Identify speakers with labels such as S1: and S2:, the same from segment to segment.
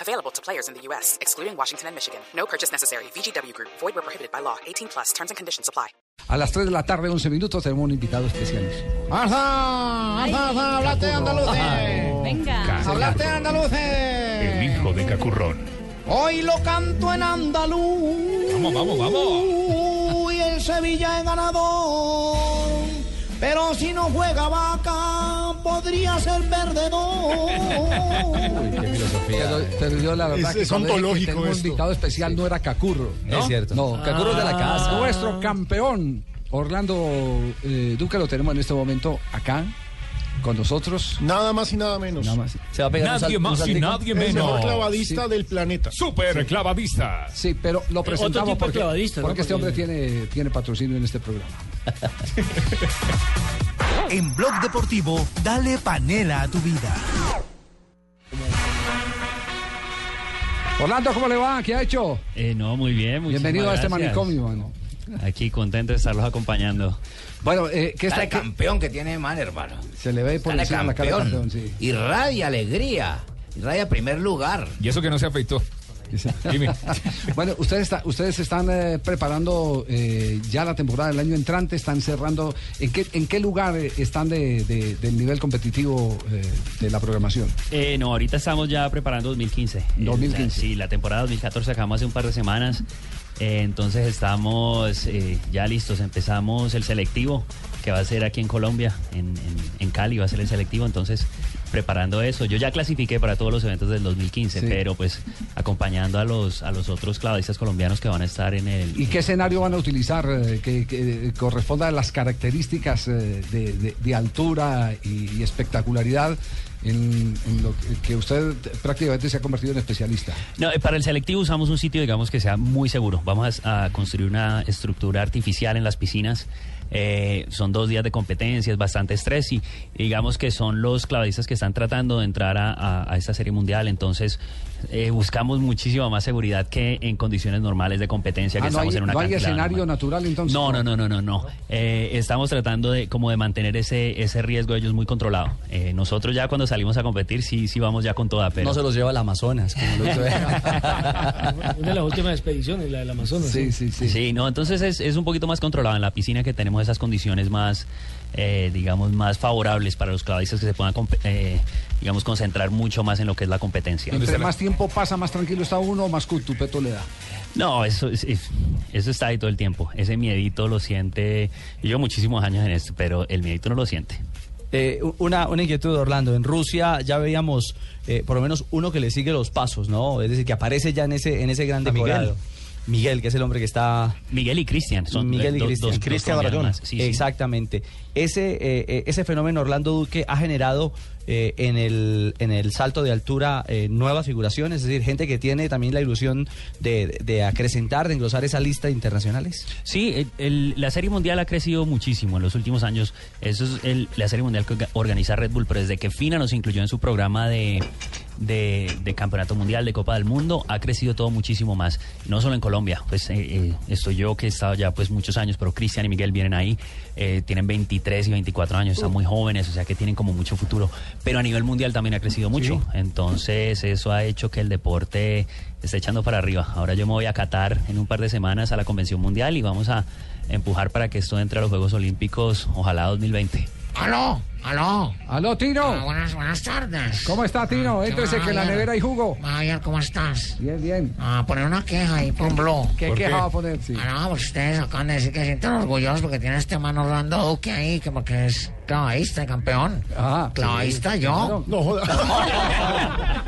S1: Available to players in the U.S., excluding Washington and Michigan. No purchase necessary. VGW Group, void were prohibited by law. 18 plus terms and conditions apply.
S2: A las 3 de la tarde, 11 minutos, tenemos un invitado especial.
S3: ¡Alza! ¡Alza, alza! ¡Hablate andaluces!
S4: Venga.
S3: ¡Hablate andaluces!
S4: El hijo de Cacurrón.
S3: Hoy lo canto en andaluz.
S4: Vamos, vamos, vamos.
S3: Uy, el Sevilla es ganador. Pero si no juega vaca, podría ser perdedor.
S2: Pero, pero yo la verdad
S5: Es-
S2: que
S5: es
S2: cuando dije que
S5: ontológico
S2: tengo un
S5: esto.
S2: invitado especial no era Cacurro. No,
S5: Es cierto. Ah.
S2: No, Cacurro es de la casa. Nuestro campeón, Orlando eh, Duque, lo tenemos en este momento acá con nosotros.
S5: Nada más y nada menos.
S2: Nada más.
S6: Se va a pegar un
S7: Nadie
S6: sal- un
S7: más y
S6: saltico.
S7: nadie
S5: El mejor
S7: menos.
S5: clavadista del planeta.
S7: Super clavadista.
S2: Sí, pero lo presentamos
S6: tipo de
S2: porque,
S6: clavadista, ¿no?
S2: porque este hombre
S6: Porque-
S2: tiene, tiene patrocinio en este programa.
S8: En Blog Deportivo, dale panela a tu vida.
S2: Orlando, ¿cómo le va? ¿Qué ha hecho?
S9: Eh, no, muy bien. muchísimas
S2: Bienvenido a este
S9: gracias.
S2: manicomio, mano.
S9: Aquí contento de estarlos acompañando.
S2: Bueno, eh, ¿qué
S6: Cara
S2: está
S6: de campeón que tiene man, hermano.
S2: Se le ve por
S6: Cara de
S2: encima la cara de campeón,
S6: campeón.
S2: sí.
S6: Irradia alegría. Irradia primer lugar.
S7: Y eso que no se afeitó. Dime.
S2: Bueno, ustedes, está- ustedes están eh, preparando eh, ya la temporada del año entrante, están cerrando. ¿En qué, en qué lugar eh, están de- de- del nivel competitivo eh, de la programación?
S9: Eh, no, ahorita estamos ya preparando 2015. Eh,
S2: 2015.
S9: la- sí, la temporada 2014 acabamos hace un par de semanas. Eh, entonces estamos eh, ya listos. Empezamos el selectivo que va a ser aquí en Colombia, en, en- en Cali va a ser el selectivo. Entonces preparando eso. Yo ya clasifiqué para todos los eventos del 2015,
S2: Sí.
S9: pero pues acompañando a los, a los otros clavadistas colombianos que van a estar en el...
S2: ¿Y qué escenario van a utilizar eh, que, que, eh, corresponda a las características eh, de, de- de altura y, y espectacularidad en, en lo que- que usted prácticamente se ha convertido en especialista?
S9: No, eh, para el selectivo usamos un sitio, digamos, que sea muy seguro. Vamos a, a construir una estructura artificial en las piscinas. Eh, son dos días de competencia, es bastante estrés y y digamos que son los clavadistas que están tratando de entrar a, a- a esta serie mundial. Entonces, eh, buscamos muchísima más seguridad que en condiciones normales de competencia que
S2: Ah, no
S9: estamos
S2: hay-
S9: en una
S2: no hay
S9: acantilada
S2: escenario
S9: normal.
S2: natural, entonces,
S9: No,
S2: ¿no?
S9: no, no, no, no, no. Eh, estamos tratando de como de mantener ese, ese riesgo de ellos muy controlado. Eh, nosotros ya cuando salimos a competir sí, sí vamos ya con toda, pero...
S6: No se los lleva al Amazonas. como lo hizo él.
S10: Una de las últimas expediciones, la del Amazonas.
S2: Sí, sí, sí.
S9: Sí, no, entonces es, es un poquito más controlado en la piscina que tenemos esas condiciones más, eh, digamos, más favorables para los clavadistas que se puedan, comp- eh, digamos, concentrar mucho más en lo que es la competencia.
S2: Entre más tiempo pasa, más tranquilo está uno, más cultupeto le da.
S9: No, eso, es- es- eso está ahí todo el tiempo. Ese miedito lo siente. Yo llevo muchísimos años en esto, pero el miedito no lo siente.
S6: Eh, u- una, una inquietud, Orlando. En Rusia ya veíamos eh, por lo menos uno que le sigue los pasos, ¿no? Es decir, que aparece ya en ese, en ese gran
S8: A Miguel.
S6: decorado. Miguel, que es el hombre que está
S9: Miguel y Cristian son
S6: Miguel y
S9: do- dos-
S6: Cristian.
S9: dos
S6: Cristian
S9: colombianos
S6: Barragán.
S9: más. Sí, sí.
S6: Exactamente. Ese, eh, eh, ese fenómeno Orlando Duque ha generado eh, en, el, en el salto de altura eh, nuevas figuraciones, es decir, gente que tiene también la ilusión de, de acrecentar, de engrosar esa lista de internacionales.
S9: Sí, el- el- la Serie Mundial ha crecido muchísimo en los últimos años. Eso es el- la Serie Mundial que orga- organiza Red Bull, pero desde que FINA nos incluyó en su programa de, de- de Campeonato Mundial, de Copa del Mundo, ha crecido todo muchísimo más. No solo en Colombia, pues eh, eh, estoy yo que he estado ya pues muchos años, pero Cristian y Miguel vienen ahí, eh, tienen 23 y 24 años, están muy jóvenes, o sea que tienen como mucho futuro. Pero a nivel mundial también ha crecido mucho. Entonces eso ha hecho que el deporte está echando para arriba. Ahora yo me voy a Qatar en un par de semanas a la Convención Mundial y vamos a empujar para que esto entre a los Juegos Olímpicos, ojalá 2020.
S3: ¡Aló! ¡Aló!
S2: ¡Aló, Tino!
S3: buenas, buenas tardes. Ah,
S2: ¿Cómo está, Tino? Éntrese que en la nevera hay jugo.
S3: Mayer, ¿cómo estás?
S2: Bien, bien.
S3: Ah, poner una queja ahí por un blog.
S2: ¿Qué
S7: ¿Por qué?
S2: queja va a poner? Sí.
S3: Ah, no, pues ustedes acaban de decir que se sienten orgullosos porque tiene este mano Orlando Duque ahí, que porque es clavadista, campeón.
S2: Ajá.
S3: Clavadista
S2: Ah, Sí,
S3: yo.
S2: claro.
S5: No joda.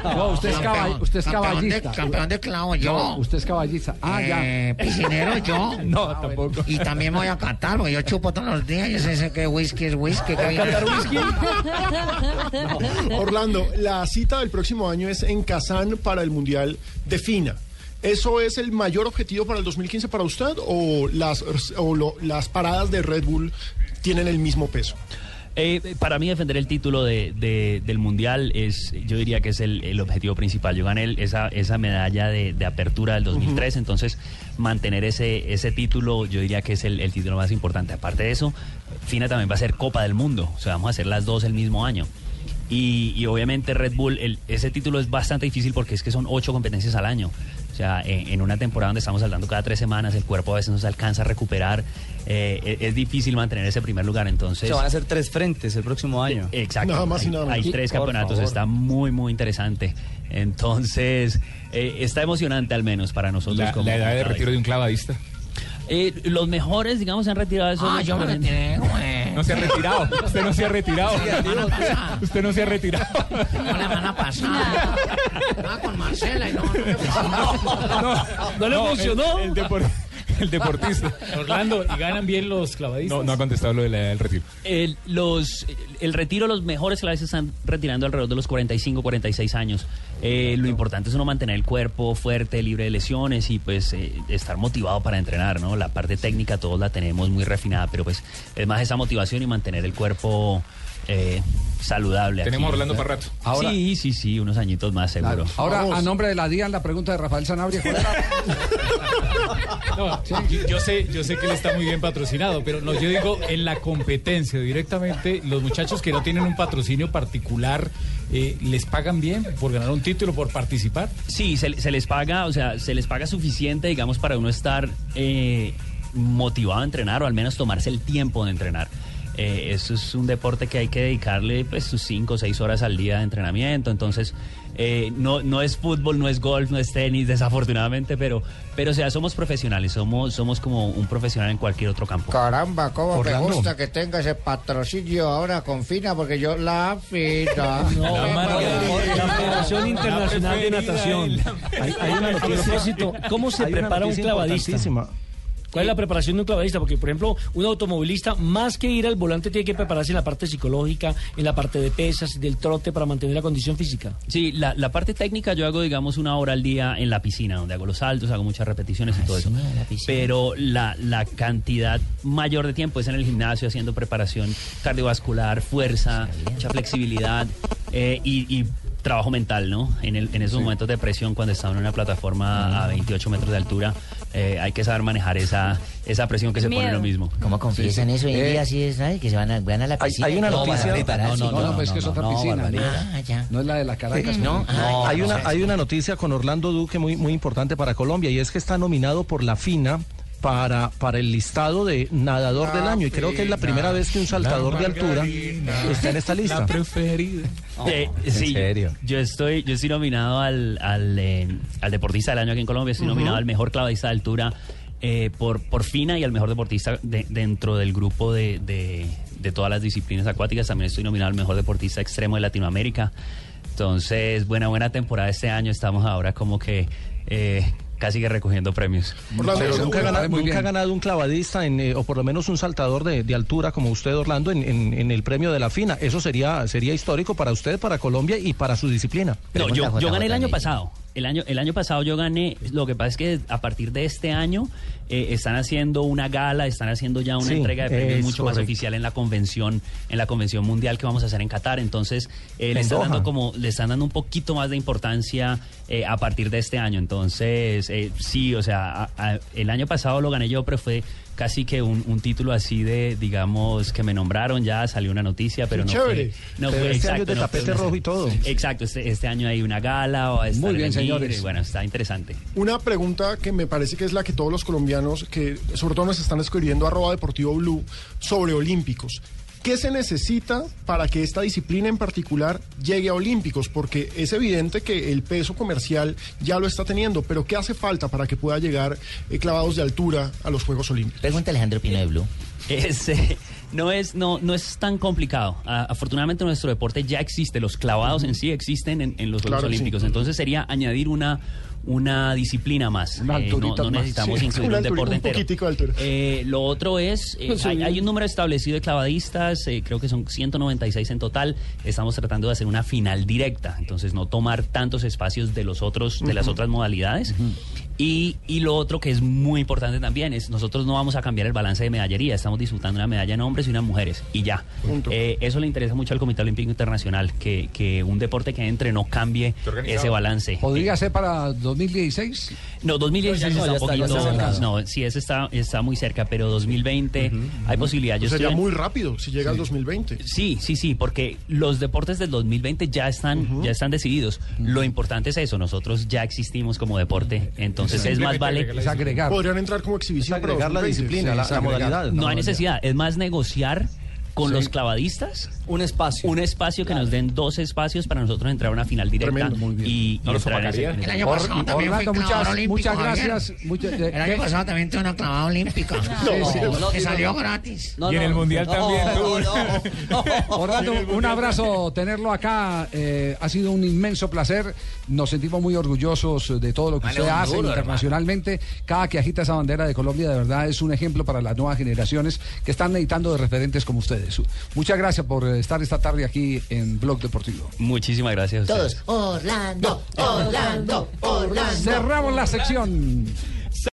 S2: No, usted es,
S3: Campeón-
S2: caball- usted es
S3: campeón de-
S2: caballista.
S3: Campeón de clavo yo.
S2: No, usted es caballista. Ah, ya.
S3: Eh, piscinero yo. Ah,
S2: No, tampoco.
S3: Y también me voy a Qatar, porque yo chupo todos los días. Yo sé, sé que whisky es whisky. Que vino.
S5: Orlando, la cita del próximo año es en Kazán para el Mundial de FINA. ¿Eso es el mayor objetivo para el 2015 para usted o las, o lo- las paradas de Red Bull tienen el mismo peso?
S9: Eh, para mí defender el título de- de- del mundial es, yo diría que es el, el objetivo principal. Yo gané el- esa, esa medalla de, de apertura del 2003, entonces mantener ese, ese título yo diría que es el, el título más importante. Aparte de eso, Fina también va a ser Copa del Mundo, o sea, vamos a hacer las dos el mismo año. Y, y obviamente Red Bull, el- ese título es bastante difícil porque es que son ocho competencias al año. O sea, en, en una temporada donde estamos saltando cada tres semanas, el cuerpo a veces no se alcanza a recuperar. eh, e- es, difícil mantener ese primer lugar. Entonces,
S6: Se van a hacer tres frentes el próximo año.
S9: Exacto. hay, hay tres
S6: Por
S9: campeonatos,
S6: favor.
S9: está muy, muy interesante. Entonces, eh, está emocionante al menos para nosotros.
S7: La,
S9: como
S7: la edad de
S9: cada
S7: retiro de un clavadista.
S9: Eh, los mejores, digamos, se han retirado de Ah, yo me retiré,
S7: No se ha retirado. Usted no se ha retirado. Usted no se ha retirado.
S3: Marcela y no.
S7: No le funcionó. El, depor- el deportista.
S9: Orlando, y ganan bien los clavadistas.
S7: No, no ha contestado lo de la edad del retiro.
S9: El, los, el- el retiro, los mejores claves están retirando alrededor de los 45, 46 años. Eh, lo importante es uno mantener el cuerpo fuerte, libre de lesiones y pues eh, estar motivado para entrenar, ¿no? La parte técnica todos la tenemos muy refinada, pero pues es más esa motivación y mantener el cuerpo eh, saludable.
S7: Tenemos a Orlando para rato.
S2: Ahora-
S9: sí, sí, sí, unos añitos más seguro.
S2: Ahora, a nombre de la DIAN, la pregunta de Rafael Sanabria. ¿cuál era?
S11: No, yo, yo sé, yo sé que él está muy bien patrocinado, pero no, yo digo en la competencia directamente, los muchachos que no tienen un patrocinio particular, eh, ¿les pagan bien por ganar un título, por participar?
S9: Sí, se, se les paga, o sea, se les paga suficiente, digamos, para uno estar eh, motivado a entrenar o al menos tomarse el tiempo de entrenar. Eh, eso es un deporte que hay que dedicarle pues sus 5 o 6 horas al día de entrenamiento, entonces eh, no, no es fútbol, no es golf, no es tenis, desafortunadamente, pero, pero o sea, somos profesionales, somos, somos como un profesional en cualquier otro campo.
S3: Caramba, cómo me
S9: Orlando.
S3: gusta que tenga ese patrocinio ahora con Fina, porque yo la Fina.
S10: La Federación Internacional de Natación. Hay, hay una noticia. propósito, ¿Cómo se
S12: Hay una
S10: prepara un
S12: noticia
S10: clavadista?
S12: importantísima.
S10: ¿Cuál es la preparación de un clavadista? Porque, por ejemplo, un automovilista, más que ir al volante, tiene que prepararse en la parte psicológica, en la parte de pesas, del trote, para mantener la condición física.
S9: Sí, la, la parte técnica yo hago, digamos, una hora al día en la piscina, donde hago los saltos, hago muchas repeticiones y todo eso. Pero la, la cantidad mayor de tiempo es en el gimnasio haciendo preparación cardiovascular, fuerza, mucha flexibilidad eh, y, y trabajo mental, ¿no? En, el- en esos momentos de presión, cuando estaba en una plataforma a 28 metros de altura, eh, hay que saber manejar esa, esa prpresión que se pone lo mismo.
S13: ¿Cómo confiesan eso hoy en
S3: Eh.
S13: día? Así es, ¿sabes? Que se van a, van a Ah, la
S9: hay-
S13: piscina.
S9: hay
S13: y
S9: una
S13: todo para
S9: noticia-
S13: prepararse.
S2: no, no, no, pues que es otra piscina. ¿no? No es la de la Caracas.
S13: Sí, no,
S2: ¿no?
S13: no,
S12: hay,
S13: no,
S12: una,
S13: no,
S12: hay una noticia con Orlando Duque muy, muy importante para Colombia y es que está nominado por la FINA para, para el listado de nadador del año y creo que es la primera vez que un saltador de altura está en esta lista.
S9: La preferida. Eh,
S12: Oh, ¿en
S9: sí,
S12: serio?
S9: Yo estoy, yo estoy nominado al, al, eh, al deportista del año aquí en Colombia, estoy nominado al mejor clavadista de altura eh, por, por FINA y al mejor deportista de- dentro del grupo de, de- de todas las disciplinas acuáticas. También estoy nominado al mejor deportista extremo de Latinoamérica. Entonces, buena, buena temporada este año. Estamos ahora como que eh, casi que recogiendo premios.
S12: Pero nunca, ha ganado, nunca ha ganado un clavadista en, eh, o por lo menos un saltador de, de altura como usted, Orlando, en, en- en el premio de la FINA. Eso sería, sería histórico para usted, para Colombia y para su disciplina.
S9: No, yo, yo gané el año pasado. El año, el año pasado yo gané. Lo que pasa es que a partir de este año eh, están haciendo una gala, están haciendo ya una
S6: Sí,
S9: entrega de premios
S6: es
S9: mucho más
S6: correcto.
S9: oficial en la convención, en la convención mundial que vamos a hacer en Qatar. Entonces eh,
S6: En
S9: le están
S6: Doha.
S9: dando como le están dando un poquito más de importancia eh, a partir de este año. Entonces eh, sí, o sea, a- a- el año pasado lo gané yo, pero fue casi que un, un título así de, digamos, que me nombraron ya salió una noticia, pero
S12: Sí,
S9: no
S12: chévere.
S9: fue, no
S12: Pero
S9: fue
S12: este año
S9: exacto,
S12: es de
S9: no fue
S12: tapete
S9: una-
S12: rojo y todo.
S9: Exacto, este, este año hay una gala. Va a estar
S5: Muy
S9: en
S5: bien,
S9: el Migre,
S5: señores.
S9: Bueno, está interesante.
S5: Una pregunta que me parece que es la que todos los colombianos, que sobre todo nos están escribiendo arroba deportivo blue, sobre olímpicos. ¿Qué se necesita para que esta disciplina en particular llegue a olímpicos? Porque es evidente que el peso comercial ya lo está teniendo, pero ¿qué hace falta para que pueda llegar eh, clavados de altura a los Juegos Olímpicos?
S13: Pregunta Alejandro Pino de Blue.
S9: Es, eh, no, es, no, no es tan complicado. Ah, afortunadamente nuestro deporte ya existe, los clavados en sí existen en, en los Juegos
S6: Claro, sí.
S9: Olímpicos. Entonces sería añadir una, una disciplina más.
S5: Una
S9: Eh, no,
S5: alturita
S9: no
S5: más.
S9: necesitamos
S5: Sí,
S9: incluir
S5: una
S9: un
S5: alturita,
S9: deporte
S5: un
S9: entero.
S5: poquitico de altura.
S9: Eh, lo otro es, eh,
S5: Sí.
S9: hay, hay un número establecido de clavadistas, eh, creo que son 196 en total. Estamos tratando de hacer una final directa, entonces no tomar tantos espacios de los otros, de las
S6: Ujú.
S9: otras modalidades. Y, y lo otro que es muy importante también es nosotros no vamos a cambiar el balance de medallería, estamos disputando una medalla en hombres y una en mujeres y ya. Eh, eso le interesa mucho al Comité Olímpico Internacional, que, que un deporte que entre no cambie ese balance.
S2: ¿Podría ser para 2016?
S9: No, 2016
S2: No, ya
S9: está
S2: está,
S9: un
S2: ya
S9: poquito.
S2: está cerca.
S9: no, sí, ese está, está muy cerca, pero 2020 hay posibilidad. Yo
S5: Sería
S9: estoy en-
S5: muy rápido si llega al 2020.
S9: Sí, sí, sí, porque los deportes del 2020 ya están, ya están decididos. Lo importante es eso, nosotros ya existimos como deporte, entonces es más vale
S5: Podrían entrar como exhibición. para 2020.
S9: No hay necesidad, es más negociar con los clavadistas un espacio un espacio que nos den dos espacios para nosotros entrar a una final directa y, y
S2: No los
S9: entrar en ese-
S2: opacaría.
S9: en ese-
S2: El año pasado también fui Orlando, muchas-
S13: clavador olímpico,
S2: muchas
S13: Javier.
S2: gracias, muchas- eh,
S13: el año
S2: ¿qué?
S13: pasado también tuve una clavada olímpica. que salió gratis.
S2: Y en el Mundial también tuvo Orlando,
S13: En el
S2: un abrazo tenerlo acá. eh, ha sido un inmenso placer. Nos sentimos muy orgullosos de todo lo que
S14: Vale,
S2: usted
S14: un
S2: hace
S14: duro,
S2: internacionalmente. Cada que agita esa bandera de Colombia, de verdad, es un ejemplo para las nuevas generaciones que están necesitando de referentes como ustedes. Muchas gracias por estar esta tarde aquí en Blog Deportivo.
S9: muchísimas gracias a ustedes.
S13: Orlando, Orlando, Orlando.
S2: Cerramos la sección.